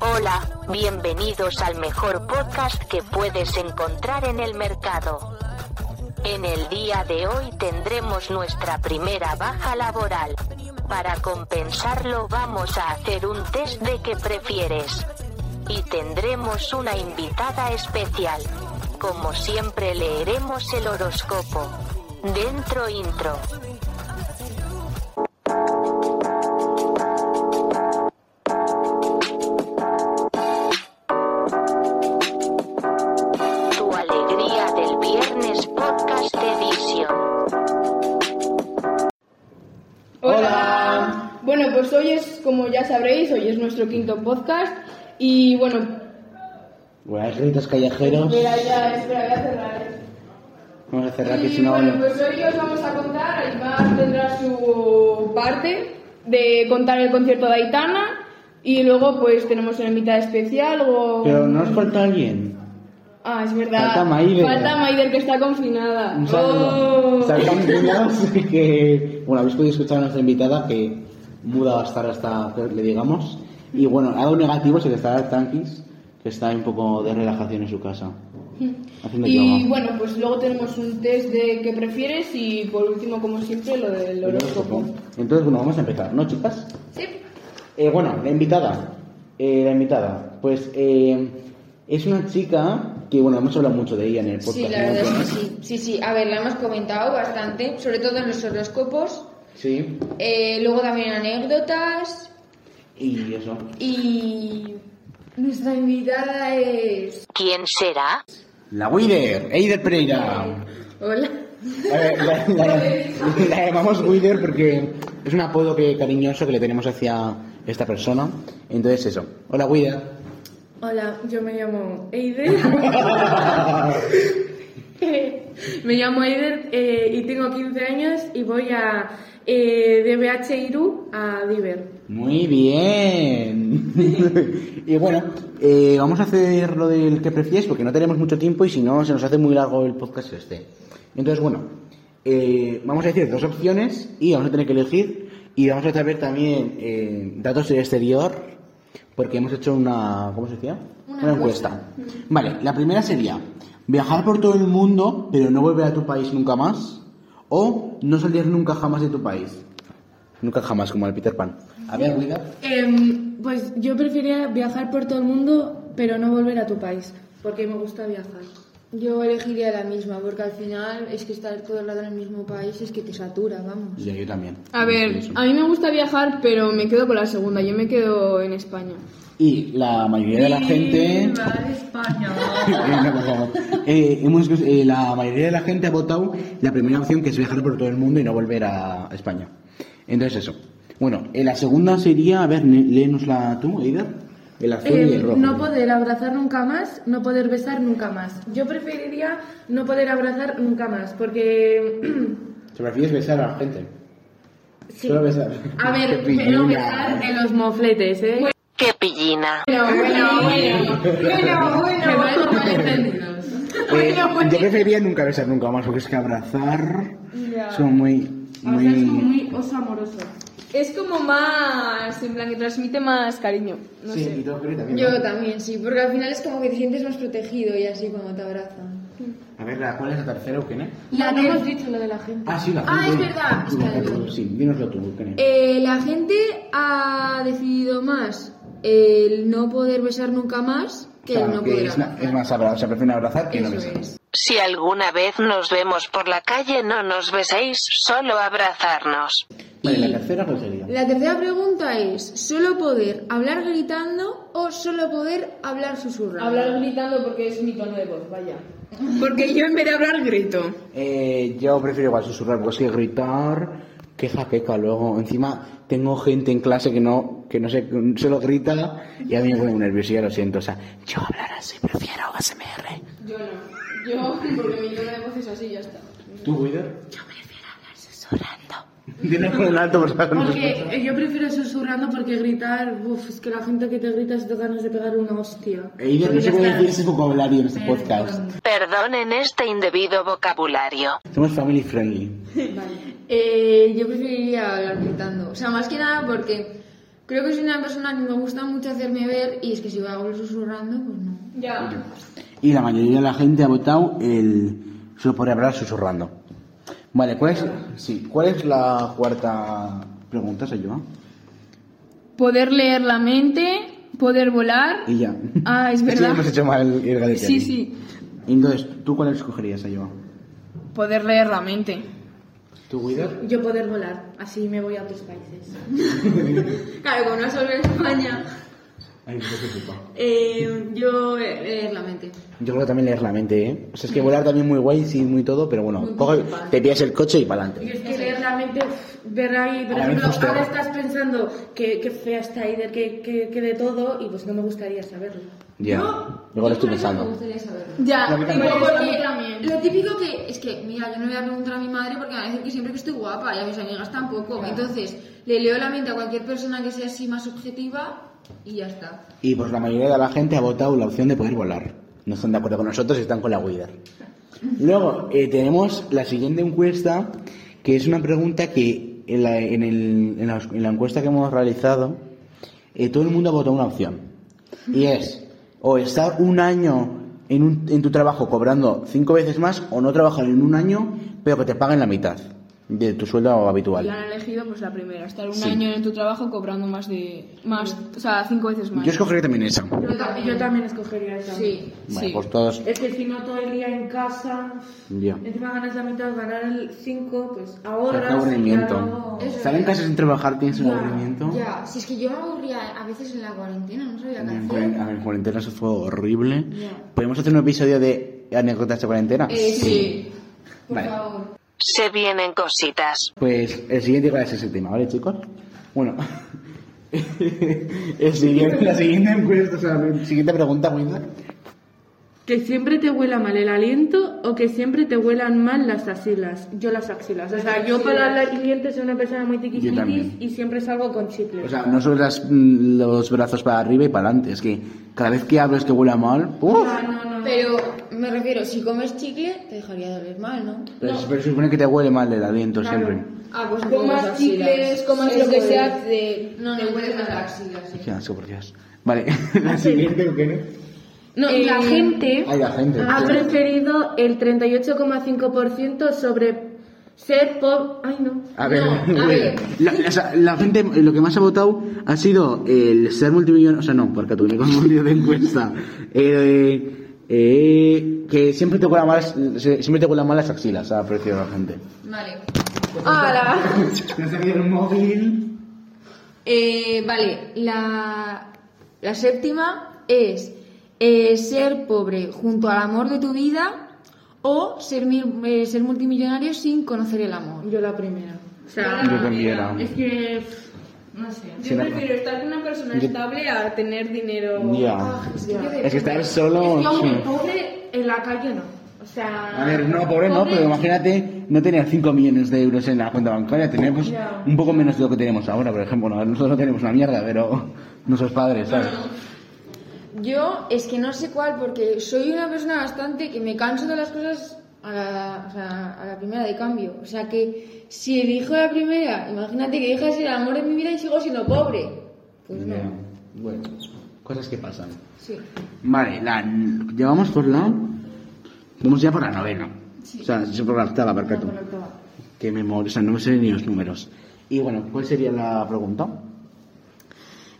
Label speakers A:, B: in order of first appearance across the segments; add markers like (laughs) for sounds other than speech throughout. A: Hola, bienvenidos al mejor podcast que puedes encontrar en el mercado. En el día de hoy tendremos nuestra primera baja laboral. Para compensarlo vamos a hacer un test de qué prefieres. Y tendremos una invitada especial. Como siempre leeremos el horóscopo. Dentro intro. Tu alegría del viernes podcast edición.
B: Hola. Bueno, pues hoy es, como ya sabréis, hoy es nuestro quinto podcast y bueno...
C: Buenas gritos callejeros.
B: ya, espera, voy a cerrar.
C: Vamos a cerrar que si
B: Y
C: no.
B: bueno, pues hoy os vamos a contar, Aymar tendrá su parte de contar el concierto de Aitana y luego pues tenemos una invitada especial o...
C: Pero no nos falta alguien.
B: Ah, es verdad.
C: Falta Maider.
B: Falta Maider, que está confinada.
C: Un saludo.
B: Oh.
C: Saltamos niños, que. Bueno, habéis podido escuchar a nuestra invitada que muda va a estar hasta que le digamos. Y bueno, algo negativo es el que estará Tankis, que está un poco de relajación en su casa. Haciendo
B: Y
C: yoga.
B: bueno, pues luego tenemos un test de qué prefieres y por último, como siempre, lo del horóscopo.
C: Entonces, bueno, vamos a empezar, ¿no, chicas?
B: Sí.
C: Eh, bueno, la invitada. Eh, la invitada. Pues eh, es una chica que, bueno, hemos hablado mucho de ella en el podcast.
D: Sí, la
C: ¿no?
D: verdad es que sí. Sí, sí. A ver, la hemos comentado bastante, sobre todo en los horóscopos.
C: Sí,
D: Eh, luego también anécdotas.
C: y eso.
D: Y nuestra invitada es.
A: ¿Quién será?
C: La Wither, Eider Pereira.
D: Hola.
C: A ver, la, la- la llamamos Wither porque es un apodo que, cariñoso que le tenemos hacia esta persona. Entonces, eso. Hola, Wither.
E: Hola, yo me llamo
D: (laughs)
E: Eider. me llamo Eider eh, y tengo 15 años y voy a eh, DBH Iru a Diver.
C: Muy bien. (laughs) y bueno, eh, vamos a hacer lo del que prefieres porque no tenemos mucho tiempo y si no se nos hace muy largo el podcast este. Entonces, bueno, eh, vamos a decir dos opciones y vamos a tener que elegir y vamos a saber también eh, datos del exterior porque hemos hecho una, ¿cómo se decía? Una, encuesta. Vale, la primera sería viajar por todo el mundo pero no volver a tu país nunca más o no salir nunca jamás de tu país. Nunca jamás, como el Peter Pan. A ver, Wida.
E: Em, pues yo preferiría viajar por todo el mundo, pero no volver a tu país, porque me gusta viajar.
D: Yo elegiría la misma, porque al final es que estar todo el rato en el mismo país es que te satura, vamos.
C: Sí, yo también.
B: A ver, a mí me gusta viajar, pero me quedo con la segunda. Yo me quedo en España.
C: Y la mayoría de la gente. (laughs) No, por favor. Eh, hemos- eh, la mayoría de la gente ha votado la primera opción que es viajar por todo el mundo y no volver a España. Entonces, eso. Bueno, eh, la segunda sería. A ver, ne- léenosla tú, Eider. El (laughs) azul y el
E: Em,
C: rojo.
E: no poder abrazar nunca más, no poder besar nunca más. Yo preferiría no poder abrazar nunca más, porque... (clears throat)
C: ¿Te prefieres besar a la gente?
E: sí.
C: Solo besar.
E: A
C: (laughs) Qué
E: ver,
C: pillina.
E: pero besar en los mofletes, ¿eh?
A: ¡Qué pillina!
E: Bueno, bueno, bueno, malentendidos.
C: Eh, yo preferiría nunca besar nunca más, porque es que abrazar. Son muy. Muy...
E: oso amoroso.
B: Es como más, en plan, que transmite más cariño. No
C: sí, y
B: sé.
C: todo creo que también. ¿no?
D: Yo también, sí, porque al final es como que te sientes más protegido y así cuando te abrazan.
C: A ver, ¿la- ¿cuál es la tercera, Eugenia?
E: no hemos dicho lo de la gente.
C: Ah, sí, la
D: Ah,
C: gente.
D: es verdad.
C: Sí, la
D: Espera,
C: gente, Sí, dínoslo tú, Eugenia.
D: Eh, la gente ha decidido más el no poder besar nunca más que
C: O sea,
D: el no
C: que
D: poder
C: es, ma-
D: abrazar.
C: es más abrazar, o sea, prefieren abrazar que no
D: Eso
C: besar.
D: es.
A: Si alguna vez nos vemos por la calle no nos beséis, solo abrazarnos.
C: Vale,
D: Y-
C: la tercera, ¿cuál sería?
D: La tercera pregunta es, ¿solo poder hablar gritando o solo poder hablar susurrando?
B: Hablar gritando porque es mi tono de voz, vaya.
E: Porque yo en vez de hablar grito.
C: Eh, yo prefiero igual susurrar, porque es que gritar, que jaqueca luego. Encima, tengo gente en clase que no, que no sé, que solo grita y a mí me pone muy nervioso, ya lo siento. O sea, yo hablar así prefiero ASMR.
B: Yo no. Yo, porque mi tono de voz es así, ya está.
C: ¿Tú, Wider? Yo (laughs) prefiero hablar susurrando. Tienes un alto, por favor.
E: Porque eh, yo prefiero susurrando porque gritar, uff, es que la gente que te grita se te ganas de pegar una hostia.
C: Eider, no
E: Porque
C: se puede
E: ya
C: decir ese vocabulario en este podcast.
A: Perdonen este indebido vocabulario.
C: Somos family friendly.
D: Eh, yo preferiría hablar gritando. O sea, más que nada porque Creo que soy una persona que me gusta mucho hacerme ver y es que si hago susurrando, pues no.
B: Ya.
C: Y la mayoría de la gente ha votado el solo por hablar susurrando. Vale, ¿cuál es, sí, ¿cuál es la cuarta pregunta, Sayua?
B: Poder leer la mente, poder volar.
C: Y ya. (laughs)
B: Ah, es
C: Sí,
B: verdad.
C: hemos hecho mal el galete.
B: Sí, sí.
C: Entonces, ¿tú cuál escogerías, Sayua?
B: Poder leer la mente.
C: ¿Tu Wither?
E: Yo poder volar, así me voy a otros países.
D: Claro, como no solo en España.
C: Ay, no se preocupa.
D: Eh, yo eh, es la mente.
C: Yo creo que también leer la mente, ¿eh? O sea, es que volar también muy guay, sí, muy todo, pero bueno,
D: Muy
C: coge-
D: principal.
C: te pillas el coche y para adelante.
E: Y es que leer la mente, uf, ver ahí, por
C: A la
E: ejemplo,
C: vez justo.
E: ahora estás pensando que, que fea está Ider, que, que, que de todo, y pues no me gustaría saberlo.
C: Ya. Luego lo estoy pensando.
D: Me gustaría saberlo.
B: Ya,
C: A mí también.
B: tipo,
D: Porque
B: porque- lo-
D: Lo típico que es que, mira, yo no le voy a preguntar a mi madre porque me va a decir que siempre que estoy guapa y a mis amigas tampoco. Entonces, le leo la mente a cualquier persona que sea así más objetiva y ya está.
C: Y pues la mayoría de la gente ha votado la opción de poder volar. No están de acuerdo con nosotros y están con la Wither. Luego eh, tenemos la siguiente encuesta, que es una pregunta que en la, en el- en la- en la encuesta que hemos realizado, eh, todo el mundo ha votado una opción. Y es o estar un año en, un- en tu trabajo cobrando cinco veces más o no trabajar en un año, pero que te paguen la mitad de tu sueldo habitual.
B: Y han elegido pues la primera, estar un
C: Sí.
B: año en tu trabajo cobrando más de más, o sea, cinco veces más.
C: Yo escogería también esa. Vale,
E: Yo también, yo también escogería esa.
D: Sí.
B: Sí.
C: pues todos.
E: Es que si no todo el día en casa,
C: Ya.
E: encima ganas la mitad, ganar el 5, pues
C: Te
E: ahorras.
C: hace aburrimiento.
E: y ya luego-
D: Eso
C: Estar en
D: es.
C: casa sin trabajar tienes un
E: Ya,
C: aburrimiento.
D: Ya, si es que yo me aburría a veces en la cuarentena, no sabía qué
C: En
D: hacer.
C: cuaren- a ver, en cuarentena eso fue horrible.
D: Ya.
C: ¿Podemos hacer un episodio de anécdotas de cuarentena?
D: Eh, sí. Por
C: Vale.
D: favor.
A: Se vienen cositas.
C: Pues el siguiente, ¿cuál es ese tema? ¿Vale, chicos? Bueno. (laughs) el siguiente, la siguiente encuesta, o sea, la siguiente pregunta, Winda.
E: Que siempre te huela mal el aliento o que siempre te huelan mal las axilas. Yo las axilas. O sea, yo para el cliente soy una persona muy
C: Yo también.
E: tiquismiquis y siempre salgo con chicle.
C: O sea, no sobre las- mm, los brazos para arriba y para adelante. Es que cada vez que hablas que huela mal. ¡uf!
E: no, no, no.
D: Pero me refiero, si comes chicle, te dejaría de oler mal, ¿no?
C: Pero, se- pero se supone que te huele mal el aliento siempre.
D: Ah, pues
B: Comas chicles, comas lo que sea,
D: de... No, no, hueles a las axilas, sí.
C: Qué asco, por Dios. Vale, (laughs) la siguiente, ¿o ¿qué no?
E: No, y la
D: Eh,
E: gente
C: Ay, la gente.
E: ha
C: Sí.
E: preferido el 38,5% sobre ser pobre. Ay, no.
C: A ver, (laughs)
D: No, a ver.
C: La, la- o sea, la gente, lo que más ha votado ha sido el ser multimillonario, o sea, no, porque tú me he (laughs) confundido de encuesta. Eh, eh, que siempre te cuelan malas, siempre te cuelan malas axilas, ha apreciado la gente.
D: Vale.
C: (laughs)
B: ¡Hala!
C: Me ha salido el móvil.
D: Eh, vale, la, la séptima es eh, ser pobre junto al amor de tu vida o ser, mil- eh, ser multimillonario sin conocer el amor.
E: Yo la primera. O sea,
C: Yo también era.
E: es que. pff, No sé.
C: Sí,
B: Yo
C: no.
B: prefiero estar con una persona
C: Yo-
B: estable a tener dinero.
C: Ya.
D: Es que,
C: Es que estar solo.
E: Yo,
C: sí.
E: pobre en la calle no. O sea.
C: A ver, no, pobre no, pero imagínate no tener 5 millones de euros en la cuenta bancaria, tenemos
E: Ya.
C: un poco menos de lo que tenemos ahora, por ejemplo. Bueno, nosotros no tenemos una mierda, pero (laughs) nuestros padres, ¿sabes?
D: Yo es que no sé cuál, porque soy una persona bastante que me canso de las cosas a la, o sea, a la primera de cambio. O sea que si elijo la primera, imagínate que dejas el amor de mi vida y sigo siendo pobre. Pues no.
C: Ya. Bueno, cosas que pasan.
D: Sí.
C: Vale, la, llevamos por la. Vamos ya por la novena. O sea, yo por la octava, perfecto. Que memoria, o sea, no me sé ni los números. Y bueno, ¿cuál sería la pregunta?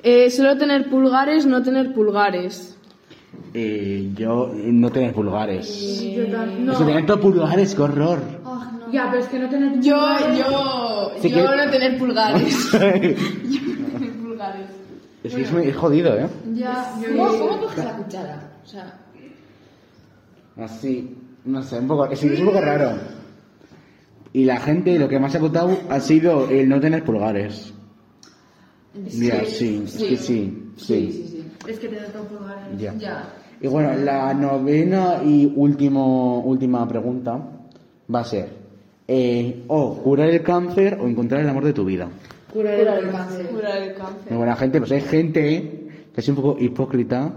B: Eh, solo tener pulgares, no tener pulgares.
C: Eh, yo eh, no tener pulgares.
E: Sí, yo también.
C: O sea, tener todo pulgares, qué horror.
E: Ya, pero es que no tener.
B: Yo, yo,
C: Sí
B: yo
C: que-
B: no tener (laughs) pulgares.
C: es
B: pulgares.
C: que es, muy- es jodido, ¿eh?
D: Ya, ¿Cómo, ¿Cómo coges la cuchara? O sea,
C: Así, no sé, un poco, es, es un poco raro. Y la gente, lo que más ha votado ha sido el no tener pulgares. Ya, sí, es que sí, sí.
E: Es que te da todo pulgar.
C: Ya.
D: Ya.
C: Y bueno, la novena y último, última pregunta va a ser, eh, o curar el cáncer o encontrar el amor de tu vida.
E: Curar
D: Cura
E: el
D: el
E: cáncer.
D: cáncer.
B: Curar el cáncer.
C: Muy buena gente, pues hay gente eh, que es un poco hipócrita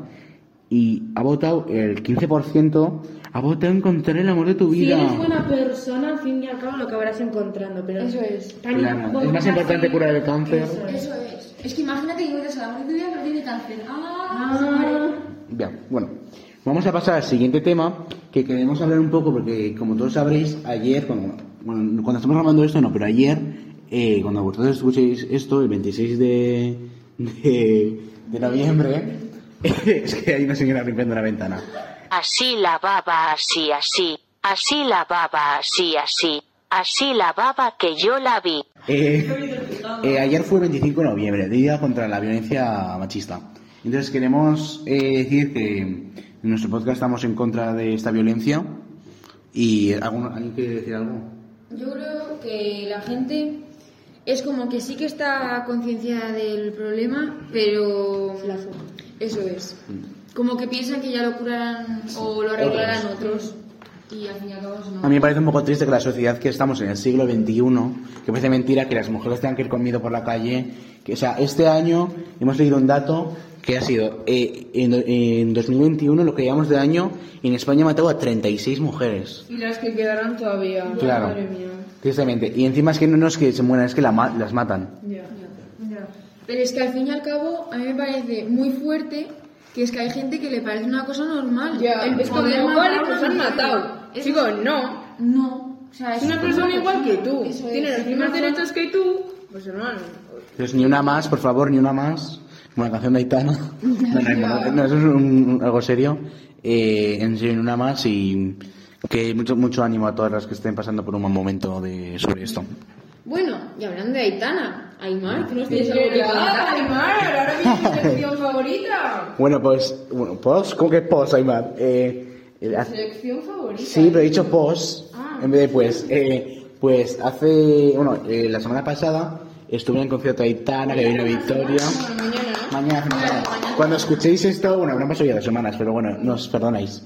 C: y ha votado, el 15% ha votado encontrar el amor de tu
E: Si
C: vida.
E: eres buena persona, al fin y al cabo lo acabarás encontrando. Pero
D: Eso es.
E: También
C: Claro,
E: tampoco
C: es más
E: así-
C: importante curar el cáncer.
E: Eso es.
D: Eso es. Es que imagínate que vuelves a la mujer de tu vida pero tiene cáncer. Ah,
C: Bien, bueno. Vamos a pasar al siguiente tema que queremos hablar un poco porque, como todos sabréis, ayer, cuando, bueno, cuando estamos grabando esto, no, pero ayer, eh, cuando vosotros escuchéis esto, el 26 de, de, de noviembre, (laughs) es que hay una señora rompiendo la ventana.
A: Así la baba, así, así. Así la baba, así, así. Así la baba que yo la vi.
C: Eh, eh, ayer fue el 25 de noviembre, Día contra la Violencia Machista. Entonces queremos eh, decir que en nuestro podcast estamos en contra de esta violencia. ¿Y ¿algún- alguien quiere decir algo?
D: Yo creo que la gente es como que sí que está concienciada del problema, pero eso es.
C: Mm.
D: Como que piensan que ya lo curarán o lo arreglarán otros y al fin y al cabo eso
C: A
D: no.
C: mí me parece un poco triste que la sociedad que estamos en el siglo XXI, que parece mentira que las mujeres tengan que ir con miedo por la calle. Que, o sea, este año hemos leído un dato que ha sido, eh, en, do- en 2021, lo que llevamos de año, en España ha matado a 36 mujeres.
B: Y las que quedarán todavía.
C: Claro.
B: Madre mía.
C: Tristemente. Y encima es que no, no es que se mueran, es que la ma- las matan.
B: Ya.
D: Pero es que al fin y al cabo a mí me parece muy fuerte que es que hay gente que le parece una cosa normal.
B: Ya,
D: El
B: es como,
D: poder matar
B: vale,
D: a
B: pues
D: una
B: han
D: mujer.
B: matado.
D: Es-
B: Chicos, no.
D: No. O sea,
B: Es una persona igual que tú.
D: Eso
B: Tiene
D: es.
B: los mismos
D: Una
B: derechos que tú. Pues hermano.
C: Entonces, ni una más, por favor, ni una más. Como la canción de Aitana. No, no, hay mono- no, eso es un- algo serio. Eh, en serio, ni una más y que mucho, mucho ánimo a todas las que estén pasando por un mal momento de, sobre esto.
D: Bueno, y hablando de Aitana, Aymar, tú nos tienes algo que
E: ah,
B: ¡Verdad,
D: contar.
B: Aymar! Ahora viene mi sección
C: (laughs)
B: favorita.
C: Bueno, pues, bueno, ¿pos? ¿Cómo que pos, Aymar? Eh, eh, haz-
B: Sección favorita. ¿eh? Ah.
C: Sí, pero he dicho pos en vez de pues. Eh, pues hace, bueno, eh, la semana pasada estuve en el concierto de Aitana, que vino Victoria.
B: Bueno, mañana, ¿no?
C: Mañana, mañana. Cuando escuchéis esto, bueno, habrán pasado ya dos semanas, pero bueno, nos perdonáis.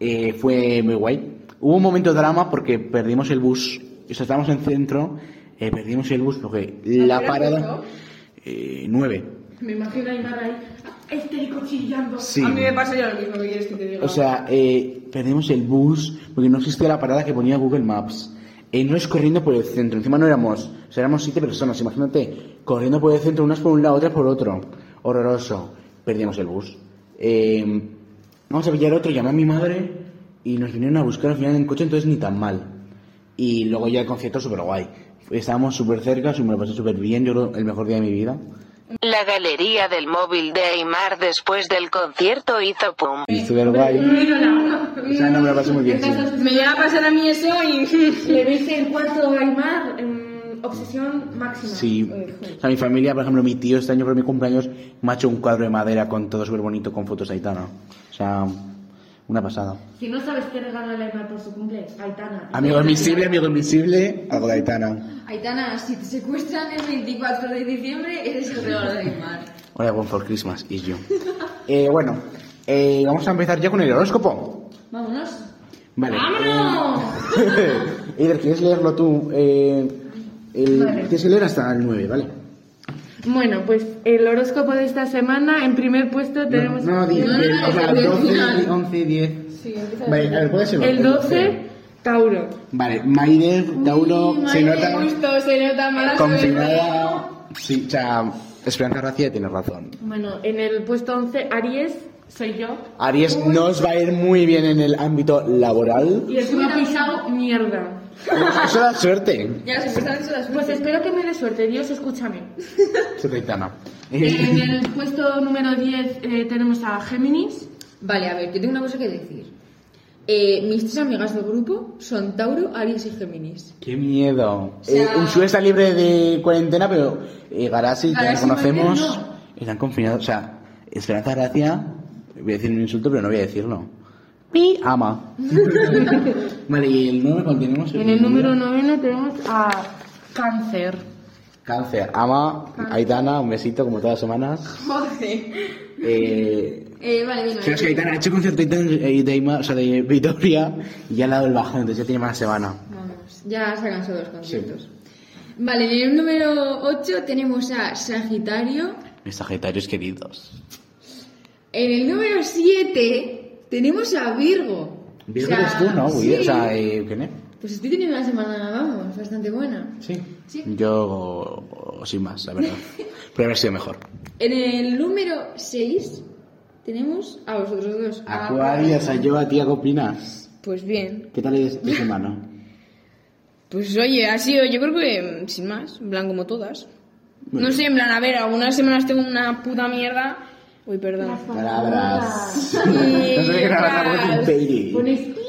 C: Eh, fue muy guay. Hubo un momento de drama porque perdimos el bus. O sea, estábamos en centro, eh, perdimos el bus porque
B: ¿A
C: la
B: qué hora
C: parada.
B: empezó?
C: Eh, nueve.
E: Me imagino a Aymar ahí, histérico chillando.
C: Sí.
B: A mí me pasa ya lo mismo que quieres que te diga.
C: O sea, eh, perdimos el bus porque no existía la parada que ponía Google Maps. Eh, no es corriendo por el centro. Encima no éramos, o sea, éramos siete personas. Imagínate, corriendo por el centro, unas por un lado, otras por otro. Horroroso. Perdimos el bus. Eh, vamos a pillar otro, llamé a mi madre y nos vinieron a buscar al final en coche, entonces ni tan mal. Y luego ya el concierto súper guay. Estábamos súper cerca, me lo pasé súper bien, yo creo el mejor día de mi vida.
A: La galería del móvil de Aymar después del concierto hizo pum.
C: Y súper guay. O sea, no me lo pasé muy bien. sí.
B: me llega a pasar a mí eso y.
E: Le viste el cuarto a Aymar, em, obsesión máxima.
C: Sí. O sea, mi familia, por ejemplo, mi tío este año por mi cumpleaños me ha hecho un cuadro de madera con todo súper bonito con fotos de Aitana. O sea, una pasada.
E: Si no sabes qué regalarle a Aymar por su cumpleaños, Aitana.
C: Amigo invisible, amigo invisible, algo de Aitana.
D: Aitana, si te secuestran el 24 de diciembre, eres el regalo de Aymar.
C: Hola, one for Christmas, is you. Eh, bueno, eh, vamos a empezar ya con el horóscopo.
D: Vámonos.
C: Vale. eh, (laughs) Eider, ¿quieres leerlo tú? Eh, el,
E: Vale.
C: Tienes que leer hasta el 9, ¿vale?
E: Bueno, pues el horóscopo de esta semana, en primer puesto
C: No,
E: tenemos
C: no, 10,
D: No, no, no,
C: o sea,
D: el
C: 12,
D: final.
C: 11, 10.
B: Sí, empieza
C: Vale, a ver, ¿puedes leerlo?
E: el 12, Tauro.
C: Vale, Maider, Tauro,
D: Uy,
C: se
D: Maider,
C: nota.
B: Justo, se nota más.
C: Confinada. Sí, o sea, Esperanza Gracia tiene razón.
E: Bueno, en el puesto 11, Aries, soy yo.
C: Aries no os va a ir muy bien en el ámbito laboral.
E: Y encima he pisado mierda.
C: Eso da suerte.
D: Ya, se están hecho las
E: Pues espero que me dé suerte, Dios, escúchame.
C: Soy
E: (laughs)
C: Aitana.
E: En el puesto número 10 eh, tenemos a Géminis.
D: Vale, a ver, yo tengo una cosa que decir. Eh, mis tres amigas del grupo son Tauro, Aries y Géminis.
C: Qué miedo. Eh,
D: sea-
C: Ushua está libre de cuarentena, pero eh, Garasi, que la
D: Garasi
C: conocemos,
D: Maider no.
C: están confinados. O sea, Esperanza Gracia, voy a decir un insulto, pero no voy a decirlo. Mi
E: (laughs)
C: ama. vale, y el 9 continuamos.
E: En el número 9 tenemos a Cáncer.
C: Cáncer, ama, Aitana, un besito como todas las semanas.
D: Joder.
C: Eh,
D: Eh, vale, venga.
C: pero es que Aitana ha hecho concierto de, Aitana- eh, de, Ima- o sea, de Vitoria y ya le ha dado el bajón, entonces ya tiene mala semana.
D: Vamos, ya se han cansado los conciertos. Vale, en el número 8 tenemos a Sagitario.
C: Mis Sagitarios queridos.
D: En el número 7 tenemos a Virgo.
C: Virgo
D: O sea,
C: eres tú, ¿no? Uy,
D: sí.
C: O sea, eh, ¿quién es?
D: Pues estoy teniendo una semana, vamos, bastante buena.
C: Sí.
D: Sí.
C: (laughs) Yo, o- o- sin más, la verdad. Puede haber sido mejor.
D: En el número 6 tenemos a vosotros dos. a-
C: Acuarias, a yo, a ti, ¿qué opinas?
B: Pues bien.
C: ¿Qué tal es tu semana?
B: Pues oye, ha sido, yo creo que mm, sin más, en plan como todas.
C: Bueno.
B: No sé, en plan, a ver, algunas semanas tengo una puta mierda. Uy, perdón.
C: Palabras. (laughs)
B: Y
C: No sé qué grabar porque es
B: otras-
C: un baby.
E: Pones pi.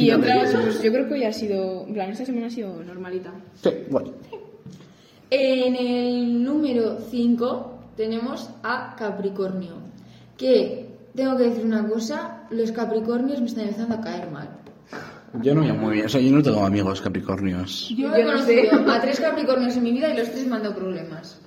B: Y otras, pues, yo creo que hoy ha sido, en plan, esta semana ha sido normalita.
C: Sí, bueno.
D: En el número 5 tenemos a Capricornio. Que tengo que decir una cosa, los Capricornios me están empezando a caer mal.
C: Yo no me muy bien. O sea, yo no tengo amigos capricornios.
D: Yo,
B: Yo
D: he
B: no sé.
D: conocido a tres Capricornios en mi vida y los tres me han dado problemas.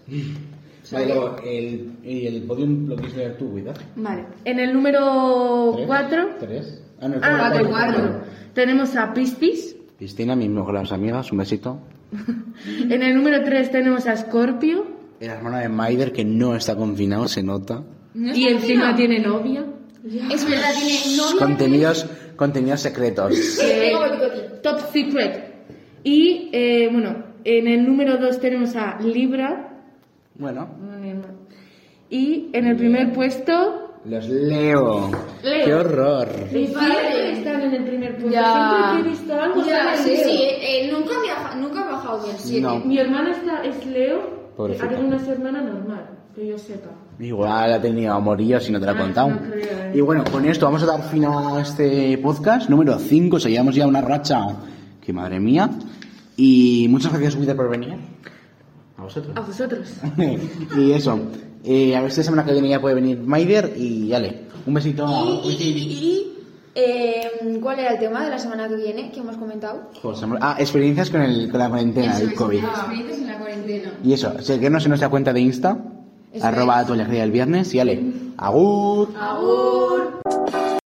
C: Vale, luego, el, y el podium lo quieres leer tú, cuidado.
E: Vale. En el número 4.
C: ¿Tres? Ah, no,
E: Ah,
D: ¿Eh? cuatro,
E: cuatro,
D: cuatro.
E: Tenemos a Piscis.
C: Cristina, mi mejor las amigas, un besito.
E: En el número 3 tenemos a Scorpio.
C: La hermana de Maider, que no está confinado, se nota.
D: No
E: Y
D: está
E: encima
D: fina.
E: tiene novia.
D: Es verdad, tiene novia.
C: Contenidos, contenidos secretos.
D: Eh,
E: Eh,
D: tengo el bigote.
E: Top Secret. Y eh, bueno, en el número 2 tenemos a Libra.
C: Bueno,
E: Y en el primer puesto.
C: los leo.
E: Leo.
C: ¡Qué horror!
E: De
D: padre.
E: siempre están en el primer puesto.
D: Ya.
E: Siempre que he visto algo.
D: Ya,
E: sale
D: sí,
E: Leo.
D: sí, eh, eh, nunca, me ha, nunca ha bajado del 7.
C: No.
E: Mi hermana está, es Leo.
C: Pobrecita.
E: Ha tenido una hermana normal, que yo sepa.
C: Igual ha tenido amoríos si no te lo ha
E: Ah,
C: contado.
E: no creo, eh.
C: Y bueno, con esto vamos a dar fin a este podcast número 5. Seguimos ya una racha que madre mía. Y muchas gracias, Wither, por venir. A vosotros.
E: A vosotros.
C: (laughs) y eso. eh, a ver si la semana que viene ya puede venir Maider y Ale. Un besito.
D: Y, y- y, eh, ¿cuál era el tema de la semana que viene que hemos comentado?
C: José Manuel. Ah, experiencias con, el, con la cuarentena, el COVID.
D: experiencias en la cuarentena.
C: Y eso, seguirnos en nuestra cuenta de Insta,
D: Eso
C: arroba
D: es.
C: tu alegría del viernes. Y Ale, agur.
D: Agur.